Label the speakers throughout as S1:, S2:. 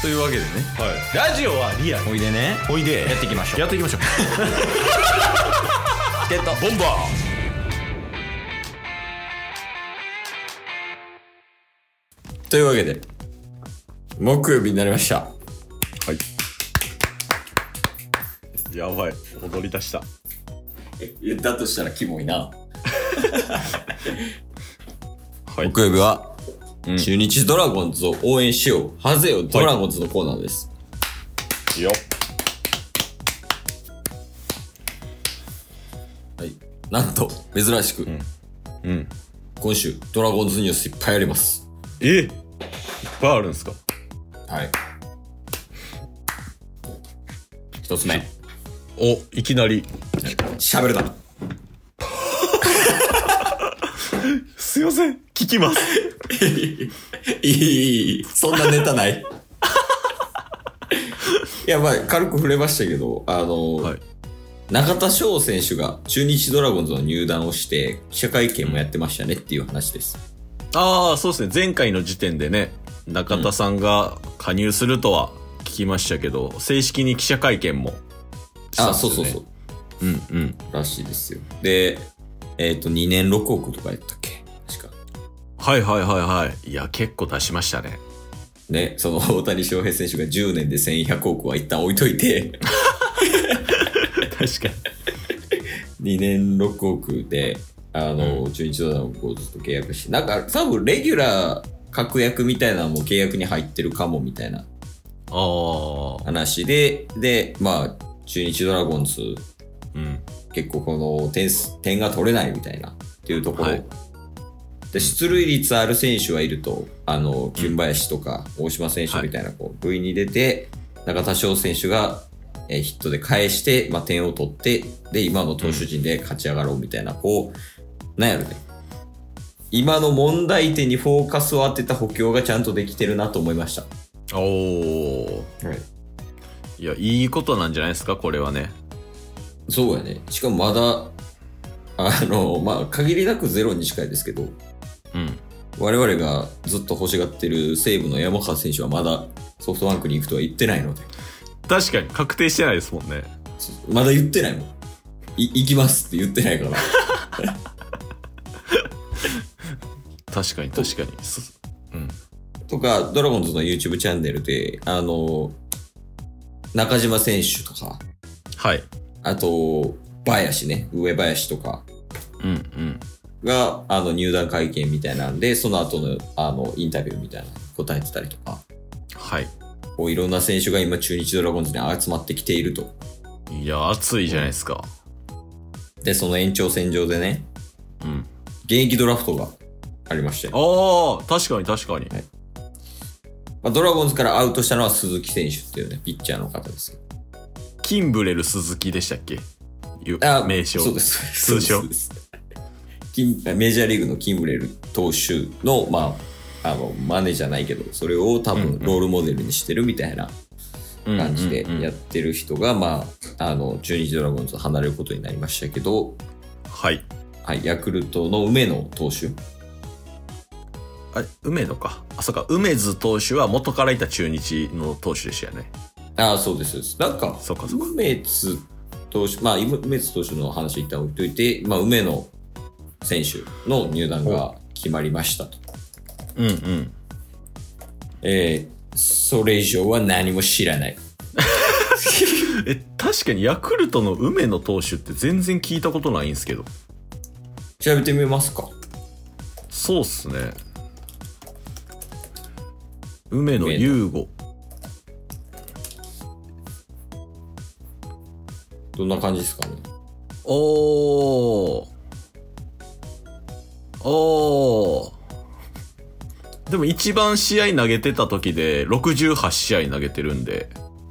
S1: というわけでね
S2: はい、ラジオはリアル
S1: おいでね
S2: おいで
S1: やっていきましょう
S2: やっていきましょう
S1: チケットボンバーというわけで木曜日になりました
S2: やばい踊り出した
S1: えだとしたらキモい な
S2: はい
S1: 木曜日は、
S2: うん
S1: 中日ドラゴンズを応援しようハゼよドラゴンズのコーナーです、
S2: よ
S1: はい、なんと珍しく、
S2: んうん
S1: 今週ドラゴンズニュースいっぱいあります
S2: えいっぱいあるんすか
S1: はい一つ目
S2: おいきなり
S1: しゃべるな
S2: すいません聞きます
S1: いいいいそんなネタない いやまあ軽く触れましたけどあの、
S2: はい
S1: 中田翔選手が中日ドラゴンズの入団をして記者会見もやってましたねっていう話です
S2: ああそうですね前回の時点でね中田さんが加入するとは聞きましたけど、正式に記者会見もしたん
S1: あ
S2: です
S1: そ
S2: よ
S1: う
S2: ね
S1: そうそう
S2: うんうん
S1: らしいですよでえっ、と2年6億とかやったっけ確か
S2: はいはいはいはいいや結構出しましたね
S1: ね、その大谷翔平選手が10年で1100億は一旦置いといて、
S2: 確かに
S1: 2年6億で、あの、中日ドラゴンズをずっと契約し、なんか多分レギュラー確約みたいなのも契約に入ってるかもみたいな
S2: ああ
S1: 話で、で、まあ、中日ドラゴンズ、
S2: うん
S1: 結構この点数、点が取れないみたいなっていうところ。
S2: はい
S1: で出塁率ある選手はいると、あの、金林とか大島選手みたいな、こう、V に出て、中田翔選手が、えーヒットで返して、まあ、点を取って、で、今の投手陣で勝ち上がろうみたいな、こう、なんやろね。今の問題点にフォーカスを当てた補強がちゃんとできてるなと思いました。
S2: おおいやいいことなんじゃないですかこれはね
S1: そうやね。しかもまだ、あの、まあ、限りなくゼロに近いですけど、
S2: うん
S1: 我々がずっと欲しがってる西武の山川選手はまだソフトバンクに行くとは言ってないので、
S2: 確かに確定してないですもんね
S1: まだ言ってないもん。い行きますって言ってないから。
S2: 確かに確かにそうん
S1: とか、ドラゴンズの YouTube チャンネルで、あの、中島選手とか、
S2: はい
S1: あと、林ね、上林とか
S2: うんうん
S1: が、あの、入団会見みたいなんで、その後の、あの、インタビューみたいなの答えてたりとか、
S2: はい
S1: こういろんな選手が今中日ドラゴンズに集まってきていると。
S2: いや熱いじゃないですか
S1: で、その延長線上でね、
S2: うん
S1: 現役ドラフトがありまして。
S2: ああ確かに確かに
S1: まあ、ドラゴンズからアウトしたのは鈴木選手っていうね、ピッチャーの方ですけど。
S2: キンブレル鈴木でしたっけゆ名称
S1: そうです。
S2: 通称
S1: そうです。金メジャーリーグのキンブレル投手の、まあ、あの、マネじゃないけど、それを多
S2: うん
S1: 分
S2: うん
S1: ロールモデルにしてるみたいな
S2: うん
S1: 感じで
S2: うんうん
S1: やってる人が、まあ、あの、中日ドラゴンズを離れることになりましたけど、
S2: はい
S1: はい、ヤクルトの梅野投手。
S2: あ梅野かあそうか梅津投手は元からいた中日の投手でしたよね
S1: ああ、そうですそうです。なんか、
S2: そうかそうか
S1: 梅津投手、まあ、今梅津投手の話一旦置いといて、まあ、梅野選手の入団が決まりましたと。
S2: うんうん
S1: えーそれ以上は何も知らない。
S2: え確かにヤクルトの梅野投手って全然聞いたことないんですけど
S1: 調べてみますか。
S2: そうっすね梅野優吾
S1: どんな感じですかね。
S2: おーおーでも一番試合投げてた時で68試合投げてるんで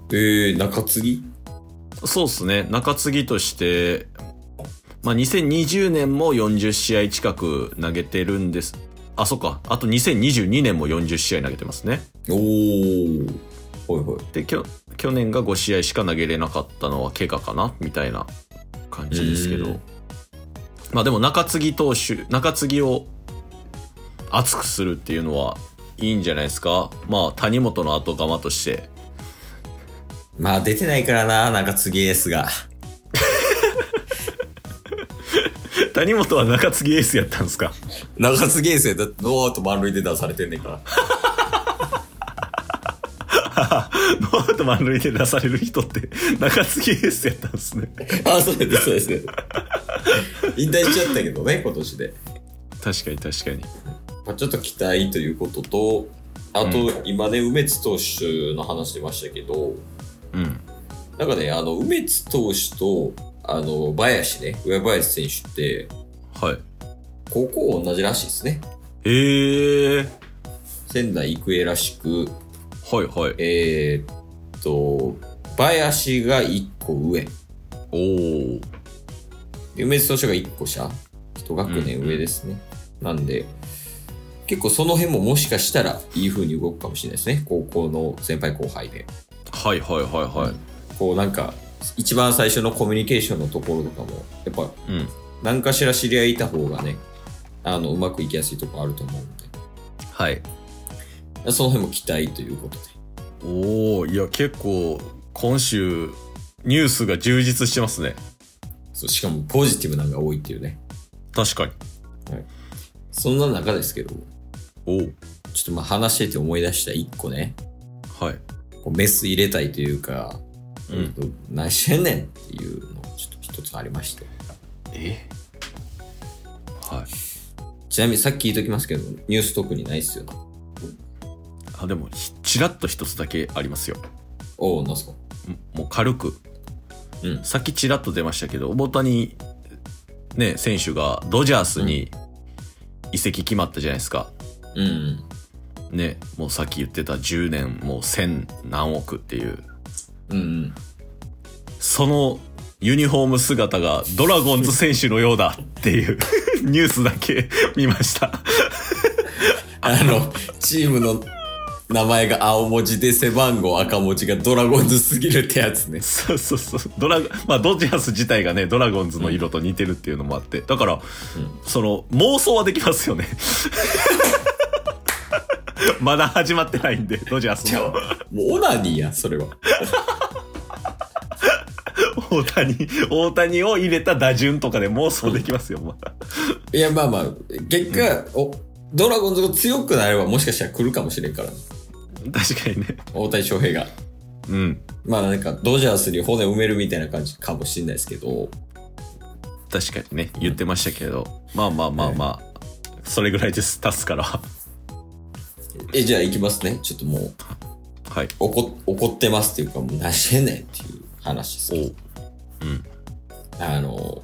S1: えー、中継ぎ
S2: そうっすね中継ぎとして、まあ、2020年も40試合近く投げてるんですあそっかあと2022年も40試合投げてますね
S1: おー。ほいほい。
S2: できょ去年が5試合しか投げれなかったのは怪我かなみたいな感じですけ
S1: う
S2: ど
S1: ん
S2: まあでも中継ぎ投手中継ぎを熱くするっていうのはいいんじゃないですかまあ、谷本の後釜として。
S1: まあ出てないからな、中継ぎエースが。
S2: 谷本は中継ぎエースやったんですか
S1: 中継ぎエースやだってノーアウト満塁で出されてんねんから。
S2: ノーアウト満塁で出される人って、 中継ぎエースやったんですね。
S1: あ、そうです、そうです。 引退しちゃったけどね、今年で。
S2: 確かに確かに。
S1: まあ、ちょっと期待ということと、あと、今ね、梅津投手の話出ましたけど、
S2: うん。
S1: なんかね、あの、梅津投手と、あの、林ね、上林選手って、
S2: はい。
S1: 高校同じらしいですね。
S2: ええ
S1: 仙台育英らしく、
S2: ー。はいはい。
S1: えーっと、林が1個上、
S2: おー。
S1: で梅津投手が1個下、1学年上ですね。なんで、結構その辺ももしかしたらいい風に動くかもしれないですね。高校の先輩後輩で。
S2: はいはいはいはい。
S1: こうなんか、一番最初のコミュニケーションのところとかも、やっぱ
S2: うん。
S1: 何かしら知り合いいた方がね、あの、うまくいきやすいとこあると思うん
S2: はい。
S1: で、その辺も期待ということで。
S2: おー、いや結構、今週、ニュースが充実してますね。
S1: そうしかもポジティブなのが多いっていうね。
S2: 確かに。
S1: そんな中ですけど、
S2: おー。
S1: ちょっとまあ話してて思い出した1個ね、
S2: はい。
S1: こうメス入れたいというか、
S2: うん
S1: うんと、何してんねんっていうのちょっと一つありまして。
S2: えはい。
S1: ちなみにさっき言いときますけど、ニュース特にないっすよね。
S2: あ、でも、ひちらっと一つだけありますよ。
S1: おお、なんすか。
S2: んもう軽く。
S1: うん
S2: さっきちらっと出ましたけど、大谷、ね、選手がドジャースに移籍決まったじゃないですか。
S1: うんうん。
S2: ね、もうさっき言ってた10年、もう千何億っていう。
S1: うんうん。
S2: そのユニフォーム姿がドラゴンズ選手のようだっていう ニュースだけ見ました。
S1: あの、チームの名前が青文字で背番号赤文字がドラゴンズすぎるってやつね。
S2: そうそうそう。ドラゴン、まあドジャース自体がね、ドラゴンズの色と似てるっていうのもあって。だから、その妄想はできますよね。 まだ始まってないんで、ドジャースの。
S1: もうオナニーや、それは。
S2: 大谷、大谷を入れた打順とかで妄想できますよ、まあ
S1: いや、まあまあ、結果、お、ドラゴンズが強くなればもしかしたら来るかもしれんから、
S2: 確かにね。
S1: 大谷翔平が。
S2: うん。
S1: まあなんか、ドジャースに骨埋めるみたいな感じかもしれないですけど、
S2: 確かにね、言ってましたけど。まあまあまあまあ、それぐらいです、足すから。は
S1: え、じゃあ行きますね。ちょっともう、
S2: い。
S1: 怒怒ってますっていうか、もうなしてんねんっていう話ですけど。
S2: うん。
S1: あの、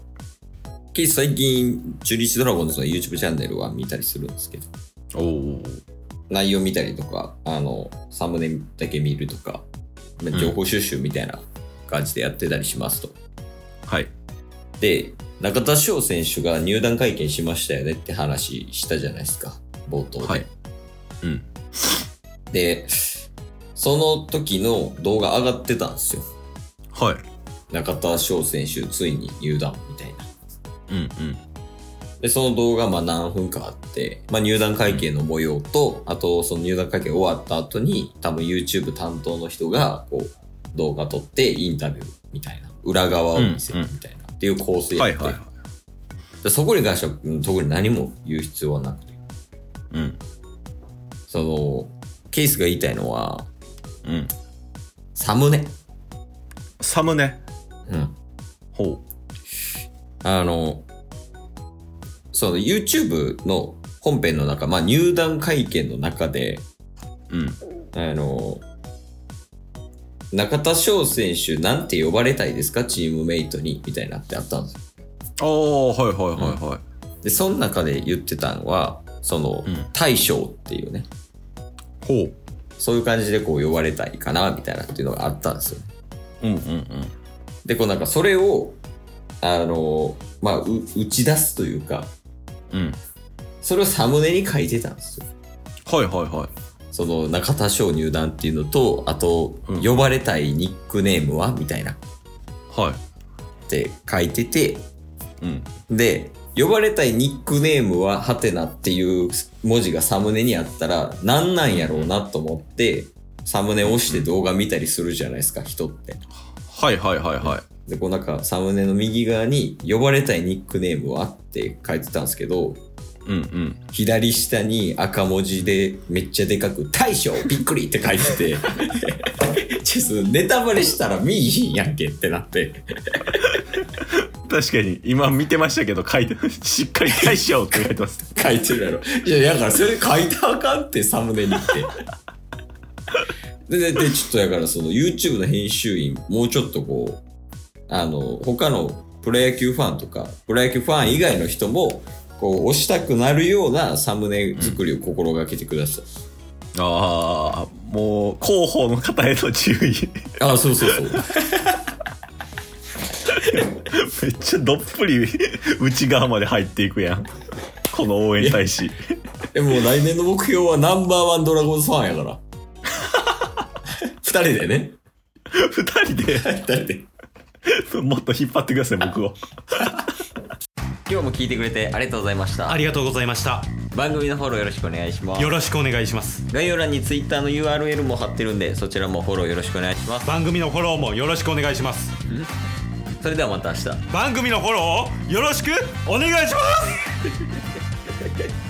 S1: ケイス最近、中日ドラゴンズの YouTube チャンネルは見たりするんですけど、
S2: おお。
S1: 内容見たりとか、あの、サムネだけ見るとか、まあ情報収集みたいな感じでやってたりしますと。
S2: はい。
S1: で、中田翔選手が入団会見しましたよねって話したじゃないですか、冒頭で。
S2: はい。うん。
S1: で、その時の動画上がってたんですよ。
S2: はい。
S1: 中田翔選手、ついに入団みたいな。
S2: うんうん。
S1: で、その動画、まあ何分かあって、まあ入団会見の模様と、あとその入団会見終わった後に、多分 YouTube 担当の人が、こう、動画撮ってインタビューみたいな、裏側を見せるみたいな、っていう構成や
S2: は
S1: っ
S2: い
S1: て、
S2: はいはい。
S1: でそこに関しては、うん特に何も言う必要はなくて、
S2: うん。
S1: その、ケースが言いたいのは、
S2: うん。
S1: サムネ。
S2: サムネ。
S1: うん。
S2: ほ
S1: あの、その YouTube の本編の中、まあ入団会見の中で、
S2: う。うん。
S1: あの、中田翔選手なんて呼ばれたいですかチームメイトにみたいなってあったんですよ。
S2: ああ、はいはいはいは
S1: で、その中で言ってたのは、その、
S2: うん
S1: 大将っていうね、
S2: い。ほ
S1: そういう感じでこう呼ばれたいかな、みたいなっていうのがあったんですよ。
S2: う。うんうんうん。
S1: で、こうなんかそれを、あの、まあ、う打ち出すというか、
S2: うん。
S1: それをサムネに書いてたんですよ。
S2: はいはいはい。
S1: その中田翔入団っていうのと、あと
S2: うん、
S1: 呼ばれたいニックネームはみたいなっ
S2: は
S1: て書いてて、
S2: い。うん。
S1: で、呼ばれたいニックネームはハテナっていう文字がサムネにあったら、なんなんやろうなと思って、サムネ押して動画見たりするじゃないですか、人って。
S2: はいはいはいはい。
S1: で、こうなんかサムネの右側に、呼ばれたいニックネームはって書いてたんですけど、
S2: うんうん。
S1: 左下に赤文字でめっちゃでかく「大将びっくり!」って書いて てちょっとネタバレしたら見いひんやんけってなって
S2: 確かに、今見てましたけど、書いて、 しっかり返しようって書いてます。
S1: 書いてるやろ いやだからそれ書いてあかんってサムネに ってでででちょっとだからその YouTube の編集員もうちょっとこうあの他のプロ野球ファンとかプロ野球ファン以外の人もこう押したくなるようなサムネ作りを心がけてください、
S2: ああ、もう、広報の方への注意。
S1: あそうそう そう
S2: めっちゃどっぷり内側まで入っていくやん。この応援大使。
S1: え、もう来年の目標はナンバーワンドラゴンズファンや から。二人でね。
S2: 二人で、
S1: 二人で。
S2: もっと引っ張ってください、僕を。
S1: 今日も聞いてくれてありがとうございました。
S3: ありがとうございました
S1: 番組のフォローよろしくお願いします
S3: よ。ろしくお願いします
S1: 概要欄に Twitter の URL も貼ってるんで、そちらもフォローよろしくお願いします。
S3: 番組のフォローもよろしくお願いします
S1: それではまた明日。
S3: 番組のフォローをよろしくお願いします